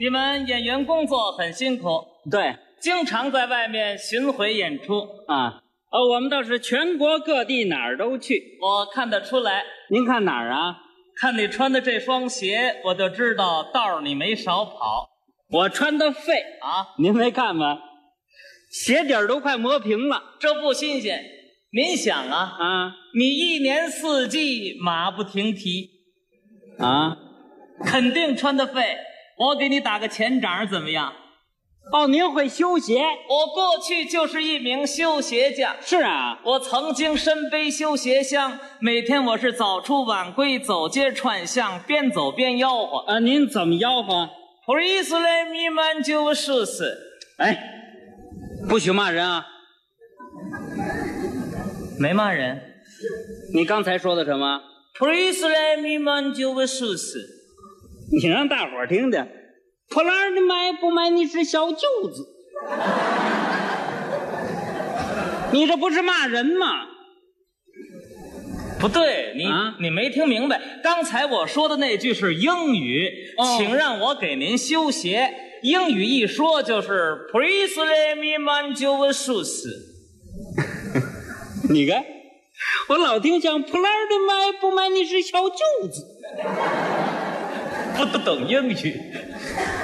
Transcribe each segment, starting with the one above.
你们演员工作很辛苦，对经常在外面巡回演出，啊，呃，我们倒是全国各地哪儿都去。我看得出来。您看哪儿啊？看你穿的这双鞋，我就知道道儿你没少跑我穿的废，啊！您没看吗？鞋底儿都快磨平了这不新鲜。您想啊，啊你一年四季马不停蹄，啊！肯定穿的废。我给你打个前掌，怎么样？哦，您会修鞋？我过去就是一名修鞋匠，是啊，我曾经身背修鞋箱，每天我是早出晚归，走街串巷，边走边吆喝。呃，您怎么吆喝？普利斯莱米曼就是死，哎，不许骂人啊！没骂人。你刚才说的什么？普利斯莱米曼就是死。你让大伙儿听听。破烂儿的买不买你是小舅子， 你这不是骂人吗？不对，你、啊你没听明白，刚才我说的那句是英语，哦请让我给您修鞋。英语一说就是 Please let me mend your shoes。 你看，我老听讲破烂儿的买不买你是小舅子，不懂英语，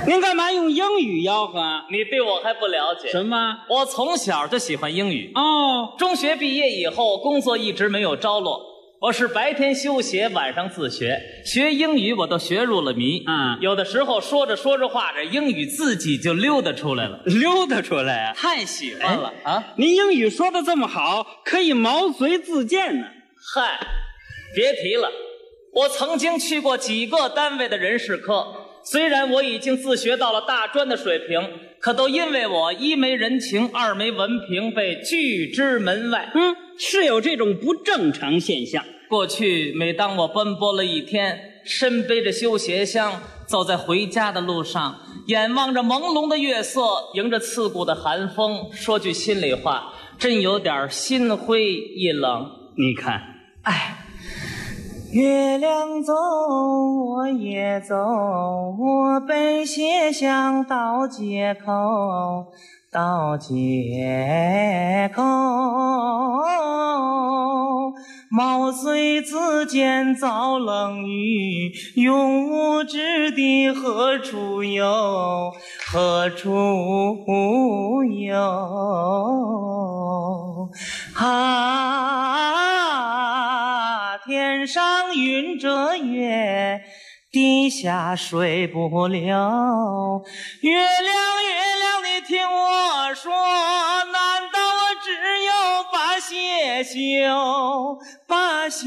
您干嘛用英语吆喝啊？你对我还不了解。什么？我从小就喜欢英语，哦，中学毕业以后工作一直没有着落。我是白天修鞋，晚上自学，学英语我都学入了迷。嗯有的时候说着说着话，这英语自己就溜达出来了，溜达出来啊！太喜欢了、啊！您英语说的这么好，可以毛遂自荐呢、嗨，别提了，我曾经去过几个单位的人事科，虽然我已经自学到了大专的水平，可都因为我一没人情，二没文凭被拒之门外。嗯，是有这种不正常现象。过去每当我奔波了一天，身背着修鞋箱，走在回家的路上，眼望着朦胧的月色，迎着刺骨的寒风，说句心里话，真有点心灰意冷。你看，哎，月亮走，我也走，我背鞋箱到街口，到街口，毛遂自荐遭冷遇，永无止地何处有，何处有？啊，天上云遮月，地下水不流。月亮，月亮，你听我说，难道我只有把鞋修，把鞋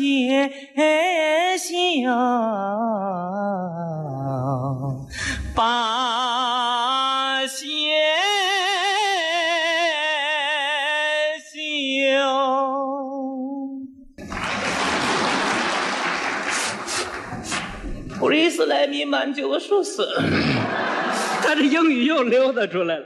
修？把鞋修。普利斯莱米满九个数死。他这英语又溜达出来了。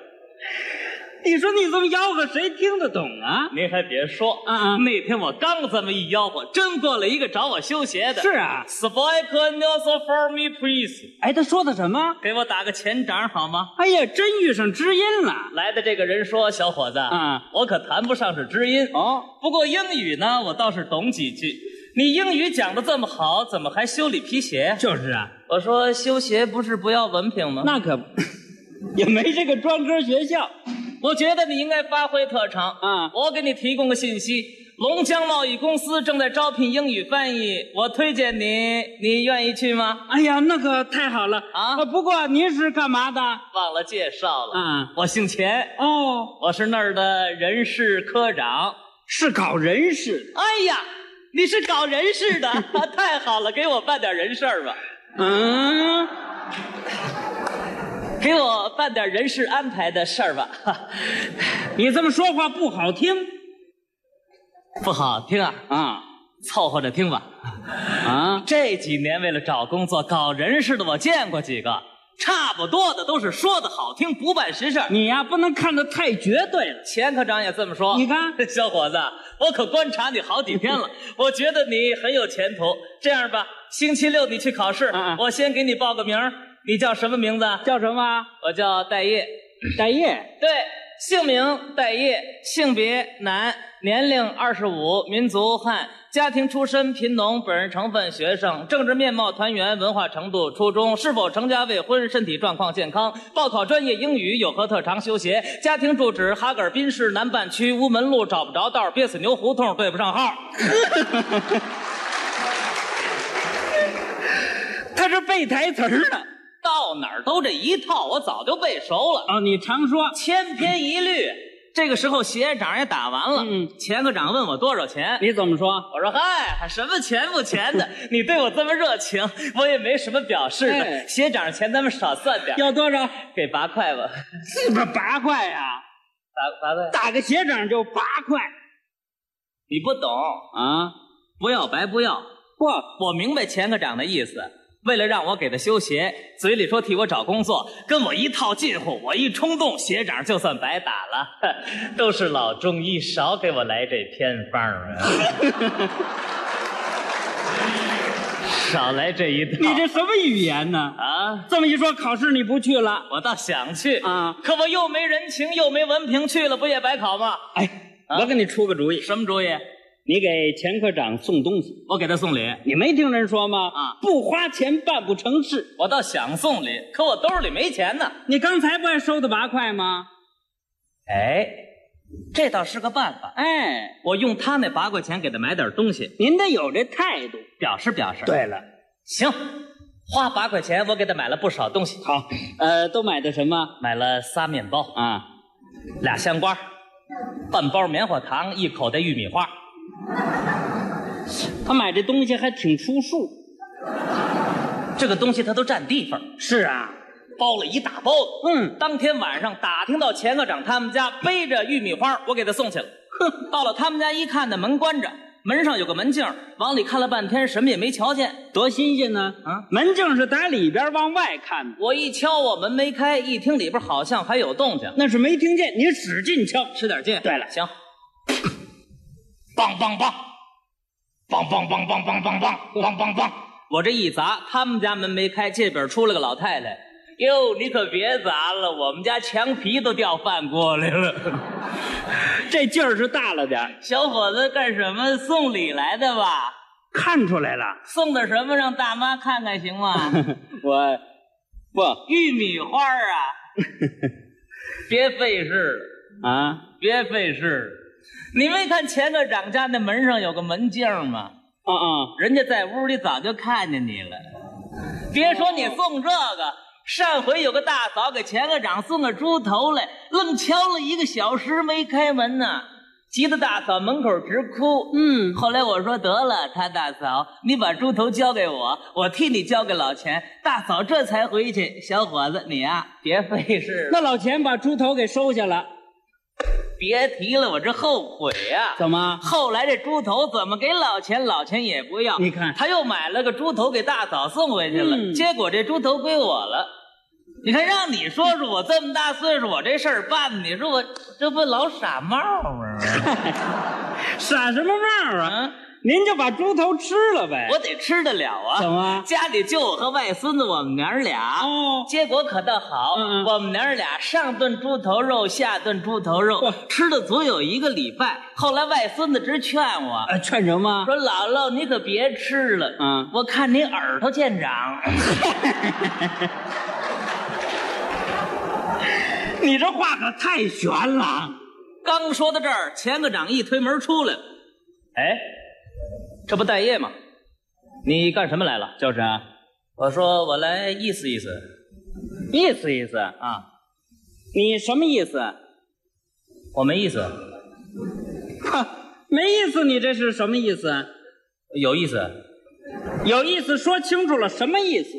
你说你这么吆喝，谁听得懂啊？您还别说，啊啊那天我刚这么一吆喝，真过来一个找我修鞋的。是啊， ，Spike n o s for me please，哎，他说的什么？给我打个前掌好吗？哎呀，真遇上知音了。来的这个人说：“小伙子，啊我可谈不上是知音哦，不过英语呢，我倒是懂几句。你英语讲的这么好，怎么还修理皮鞋？就是啊，我说修鞋不是不要文凭吗？ 那可也没这个专科学校。我觉得你应该发挥特长啊我给你提供个信息，龙江贸易公司正在招聘英语翻译，我推荐你，你愿意去吗？ 哎呀，那可太好了啊呃不过您是干嘛的？忘了介绍了，啊，我姓钱，哦，我是那儿的人事科长。是搞人事哎呀，你是搞人事的， 啊太好了，给我办点人事儿吧，的。嗯，给我办点人事安排的事儿吧。 哈你这么说话不好听不好听啊，啊凑合着听吧。啊！这几年为了找工作，搞人事的我见过几个，差不多的都是说的好听，不办实事儿。你呀、不能看得太绝对了。钱科长也这么说。你看， 嗯小伙子，我可观察你好几天了，我觉得你很有前途。这样吧，星期六你去考试，嗯嗯我先给你报个名儿。你叫什么名字啊？叫什么？我叫戴业，戴业。对，姓名戴业，性别男，年龄二十五，民族汉，家庭出身贫农，本人成分学生，政治面貌团圆，文化程度初中，是否成家未婚，身体状况健康，报考专业英语，有何特长修鞋，家庭住址哈尔滨市南半区乌门路，找不着道，憋死牛胡同，对不上号。他是背台词儿呢。到哪儿都这一套，我早就背熟了，哦，你常说千篇一律。这个时候鞋掌也打完了，嗯前科长问我多少钱，你怎么说？我说嗨，还什么钱不钱的，你对我这么热情，我也没什么表示哎的。鞋掌钱咱们少算点儿，要多少？给八块吧，是不八块啊？八八块。打个斜掌就八块你不懂，啊？不要白不要。不，我明白前科长的意思，为了让我给他修鞋，嘴里说替我找工作，跟我一套近乎，我一冲动，鞋掌就算白打了。 都是老中医，少给我来这偏方啊！ 少来这一套。你这什么语言呢？啊，这么一说，考试你不去了？我倒想去啊可我又没人情，又没文凭，去了不也白考吗？哎，啊我给你出个主意，什么主意？你给钱科长送东西，我给他送礼。你没听人说吗？啊，不花钱办不成事。我倒想送礼，可我兜里没钱呢。你刚才不还收的八块吗？哎，这倒是个办法。哎，我用他那八块钱给他买点东西，您得有这态度。表示表示。，了，行，花八块钱我给他买了不少东西，好，呃，都买的什么买了仨面包，啊？俩香瓜，半包棉花糖，一口袋玉米花。他买这东西还挺出数。这个东西它都占地方，是啊，包了一大包。嗯，当天晚上打听到钱科长他们家，背着玉米花，我给他送去了。哼，到了他们家一看，那门关着，门上有个门镜儿，往里看了半天，什么也没瞧见。多新鲜呢！啊，门镜是打里边往外看的，我一敲，我门没开，一听里边好像还有动静。那是没听见。您使劲敲，吃点劲。对了行。梆梆梆，梆梆梆梆梆梆梆梆梆梆。嗯我这一砸，他们家门没开，这边出来个老太太。哟，你可别砸了，我们家墙皮都掉饭锅里了。这劲儿是大了点儿小伙子干什么？送礼来的吧？看出来了。送的什么？让大妈看看行吗？ 我不玉米花儿啊！别费事了。啊别费事了，你没看前科长家那门上有个门镜儿吗？啊啊！人家在屋里早就看见你了。别说你送这个，上回有个大嫂给前科长送个猪头来，愣敲了一个小时没开门呢，急得大嫂门口直哭。嗯，后来我说得了，他大嫂，你把猪头交给我，我替你交给老钱。大嫂这才回去。小伙子，你呀、啊别费事了，那老钱把猪头给收下了，别提了，我这后悔呀、怎么？后来这猪头怎么给老钱，老钱也不要。你看他又买了个猪头给大嫂送回去了，嗯结果这猪头归我了。你看，让你说说，我这么大岁数，我这事儿办的，你说我这不老傻帽吗？ 傻什么帽啊？啊，您就把猪头吃了呗。我得吃得了怎啊！么？家里就我和外孙子，我们娘儿俩。哦，结果可倒好，嗯嗯我们娘儿俩上顿猪头肉，下顿猪头肉嚯，吃了足有一个礼拜。后来外孙子直劝我，呃，劝什么？说姥姥，你可别吃了，嗯我看你耳朵见 长。你这话可太悬了。刚说到这儿，前科长一推门出来，哎，这不待业吗？你干什么来了？就是啊，我说我来意思意思意思意思。啊，你什么意思？我没意思，没意思，你这是什么意思？有意思。有意思，说清楚了，什么意思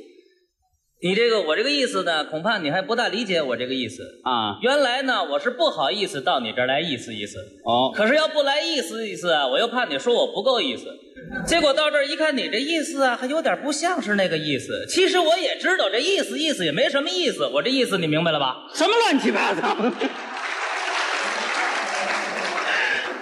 你这个我这个意思呢，恐怕你还不大理解我这个意思。啊？原来呢，我是不好意思到你这儿来意思意思，哦，可是要不来意思意思啊，我又怕你说我不够意思。结果到这儿一看，你这意思啊，还有点不像是那个意思。其实我也知道这意思意思也没什么意思，我这意思你 明白了吧？什么乱七八糟？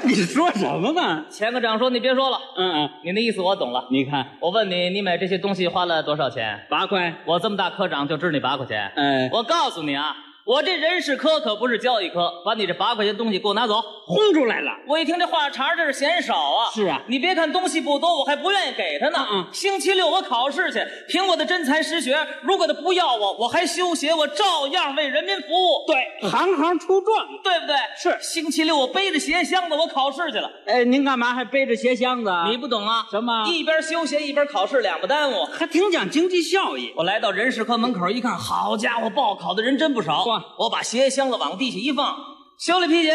你说什么呢？前科长说：“你别说了，嗯嗯，你那意思我懂了。你看我问你，你买这些东西花了多少钱？八块，我这么大科长就知你八块钱。哎，我告诉你啊，我这人事科可不是教育科，把你这八块钱东西给我拿走。”轰出来了。我一听这话茬儿，这是嫌少啊！是啊你别看东西不多，我还不愿意给他呢。嗯嗯星期六我考试去，凭我的真才实学，如果他不要我，我还休学，我照样为人民服务，对，行行出状元。对不对？是星期六我背着鞋箱子，我考试去了。哎，您干嘛还背着鞋箱子啊？你不懂啊？什么一边休学一边考试，两不耽误。还挺讲经济效益。我来到人事科门口一看，好家伙，报考的人真不少哇。我把鞋箱子往地下一放，修了皮鞋，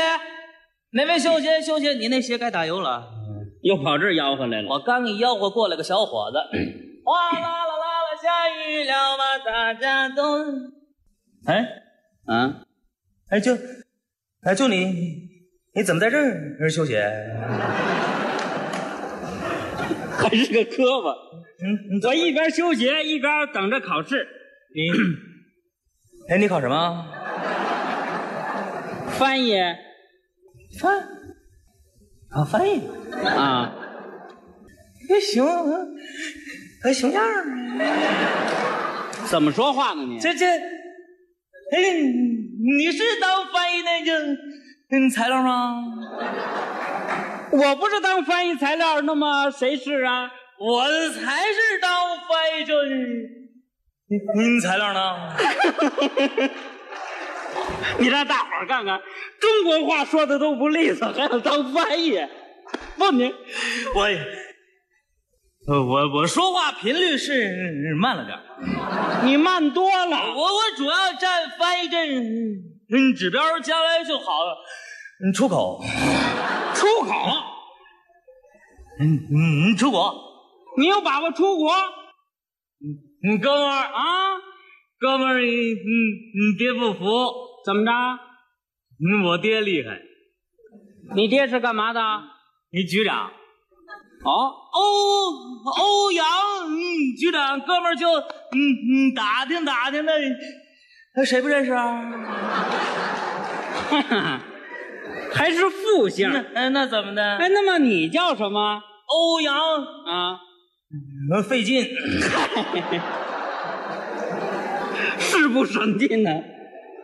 哪位修鞋修鞋？你那鞋该打油了。又跑这儿吆喝来了。我刚一吆喝，过来个小伙子，哗啦啦啦啦，下雨了吧？大家都……哎啊，哎，就哎就你，你怎么在这儿休息？哎还是个磕巴。嗯，我一边修鞋一边等着考试。你哎，你考什么？翻译翻啊，翻译啊？还行，啊还行样儿。怎么说话呢你？这这，哎，你是当翻译那个嗯材料吗？我不是当翻译材料，那么谁是啊？我才是当翻译这。您材料呢？你让大伙儿看看，中国话说的都不利索，还要当翻译？问你， 我也，呃我我说话频率是慢了点儿，你慢多我了。我主要占翻译这嗯指标，将来就好嗯出口，出口，嗯嗯出国，你有把握出国嗯哥们儿啊？哥们儿你嗯你爹不服，怎么着？嗯我爹厉害，你爹是干嘛的？ 你局长哦，欧欧阳嗯局长哥们儿就嗯嗯打听打听那。那谁不认识啊？还是复姓。那哎那怎么的？哎，那么你叫什么欧阳啊？呃费劲。 事不省进呢。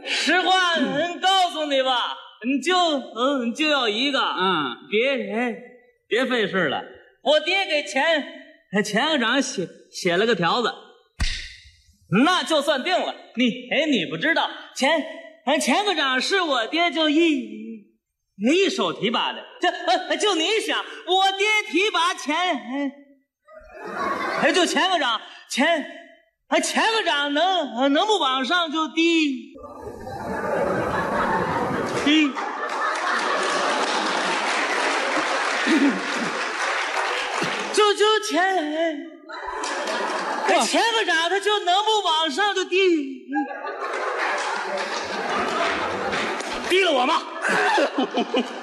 实话，嗯，告诉你吧，你就嗯就要一个，啊，别人别费事了。我爹给钱钱科长写写了个条子，那就算定了。你哎，你不知道，钱哎钱科长是我爹就一一手提拔的，就哎就你想，我爹提拔钱哎哎就钱科长钱哎钱科长能能不往上就低。 一就 就钱，哎，钱科长他就能不往上就低，逼了我吗？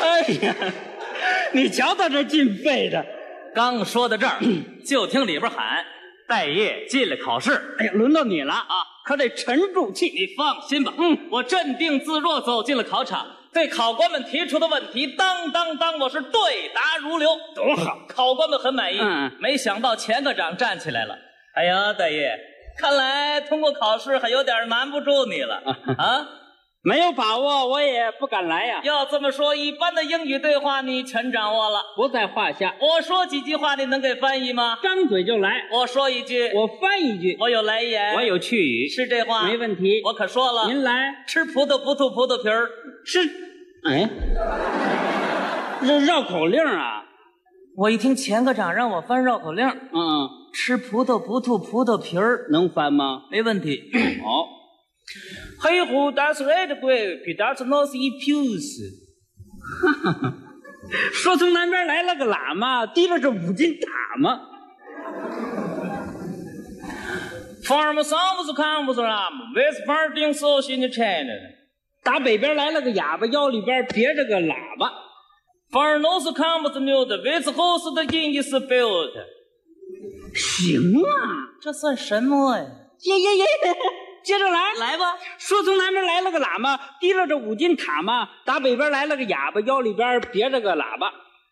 哎呀，你瞧他这劲费的，刚说到这 儿，就听里边喊：“待业进了考试。哎呀，轮到你了啊！”可得沉住气，你放心吧。嗯，我镇定自若走进了考场，对考官们提出的问题，当当当，我是对答如流，多好！考官们很满意。嗯没想到钱科长站起来了。哎呀，大爷，看来通过考试还有点难不住你了啊！没有把握，我也不敢来呀、要这么说，一般的英语对话你全掌握了。不在话下，我说几句话，你能给翻译吗？张嘴就来。 我说一句，我翻一句，我有来言，我有去语，是这话，没问题。我可说了，您来吃葡萄不吐葡萄皮儿。吃，哎，这绕口令啊，我一听钱科长让我翻绕口令，嗯，吃葡萄不吐葡萄皮儿，能翻吗？没问题。好。 黑虎 does red grape, does not eat peas。说从南边来了个喇嘛，提着这五斤塔嘛， From south comes lamb, with parting souls in China. 打北边来了个哑巴，腰里边别着个喇叭。 For north comes nude, with host in is built. 行啊，这算什么呀？耶耶耶！接着来。来吧，说从南边来了个喇嘛，提了这五斤塔嘛；打北边来了个哑巴，腰里边别着个喇叭。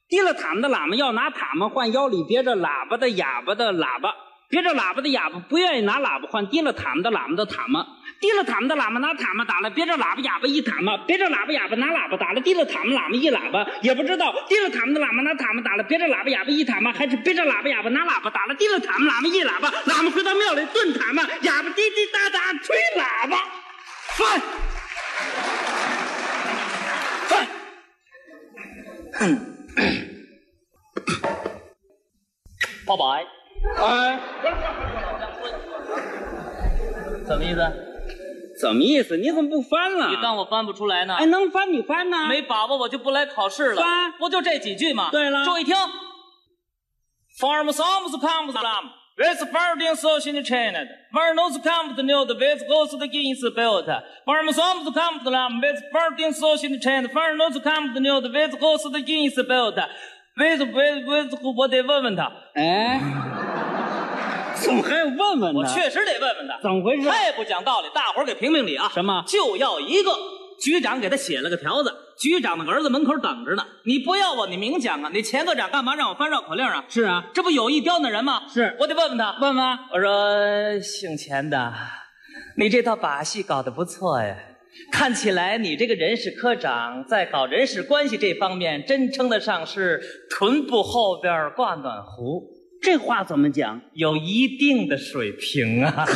提了塔嘛的喇嘛要拿塔嘛换腰里别着喇叭的哑巴的喇叭，别着喇叭的哑巴不愿意拿喇叭换，提了塔嘛的喇嘛的塔嘛，提了塔嘛的喇嘛拿塔嘛打了，别着喇叭哑巴一塔嘛，别着喇叭哑巴拿喇叭打了，提了塔嘛喇嘛一喇叭也不知道，提了塔嘛的喇嘛拿塔嘛打了，别着喇叭哑巴一塔嘛，还是别着喇叭哑巴拿喇叭打了，提了塔嘛喇嘛一喇叭，喇嘛回到庙里顿塔嘛，哑巴滴滴答答吹喇叭，翻翻。八百，哎，什么意思？怎么意思？你怎么不翻了？你当我翻不出来呢？哎，能翻你翻呐、没把握我就不来考试了。翻不就这几句吗？对了注意听。Farm songs comes lam. With farting so she chained. Where no comes the new the with goes the gains built. Farm songs comes the lam. With farting so she chained. Where no comes the new the with goes the gains built. With with with 我得问问他，哎，怎么还有问问呢？我确实得问问他，怎么回事？太不讲道理，大伙儿给评评理啊！什么就要一个。局长给他写了个条子，局长的儿子门口等着呢。你不要我，你明讲啊！你前科长干嘛让我翻绕口令啊？是啊，这不有意刁难人吗？是我得问问他。问问啊我说，姓钱的，你这套把戏搞得不错呀。看起来你这个人事科长在搞人事关系这方面，真称得上是臀部后边挂暖壶，这话怎么讲？有一定的水平啊。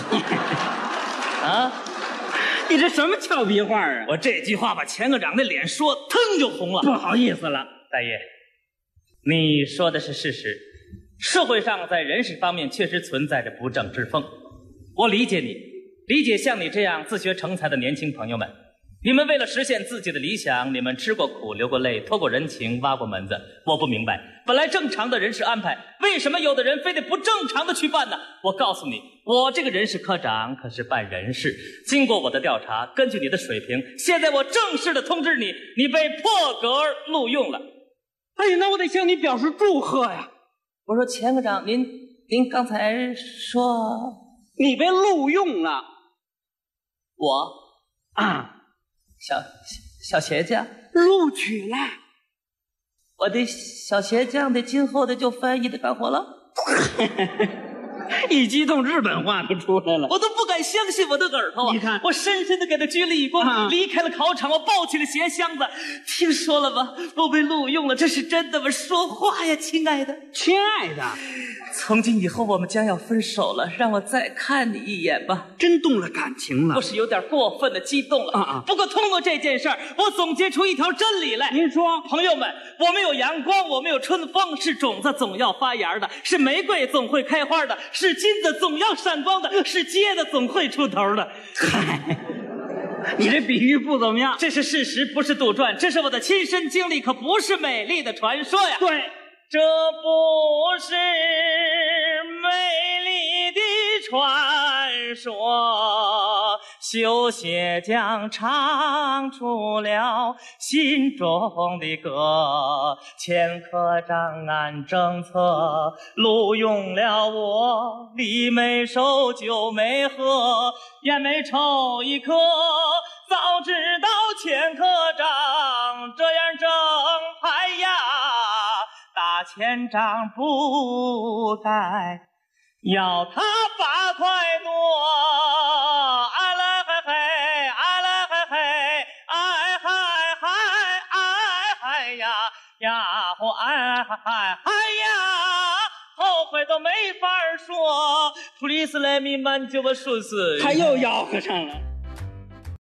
啊！你这什么俏皮话啊？我这句话把钱科长的脸说腾就红了。不好意思了，大爷，你说的是事实，社会上在人事方面确实存在着不正之风。我理解你，理解像你这样自学成才的年轻朋友们，你们为了实现自己的理想，你们吃过苦、流过泪、偷过人情、挖过门子。我不明白，本来正常的人事安排，为什么有的人非得不正常的去办呢？我告诉你，我这个人事科长可是办人事，经过我的调查，根据你的水平，现在我正式的通知你，你被破格录用了。哎呀，那我得向你表示祝贺呀！我说钱科长，您您刚才说你被录用了我啊，小小鞋匠，录取了。我的小鞋匠的今后的就翻译的干活了，一激动，日本话都出来了。我都不敢相信我的耳朵啊！你看我深深的给他鞠了一躬，啊离开了考场，我抱起了鞋箱子。听说了吧？我被录用了，这是真的吗？说话呀，亲爱的。亲爱的，从今以后我们将要分手了，让我再看你一眼吧。真动了感情了我。是有点过分的激动了啊啊不过通过这件事儿，我总结出一条真理来。您说朋友们，我们有阳光，我们有春风，是种子总要发芽的，是玫瑰总会开花的，是金子总要闪光的，是结的总会出头的。你这比喻不怎么样。这是事实，不是杜撰，这是我的亲身经历，可不是美丽的传说呀。对，这不是美丽的传说，修鞋匠唱出了心中的歌。前科长按政策录用了我，梨没收，酒没喝，烟没抽一颗。早知道前科长这样正派呀，打前仗不该要他八块多，哎来嘿嘿，哎来嘿嘿，哎嗨嗨，哎嗨呀呀嚯，哎嗨嗨嗨呀，后悔都没法说，please let me 满就我顺遂。他又吆喝上了。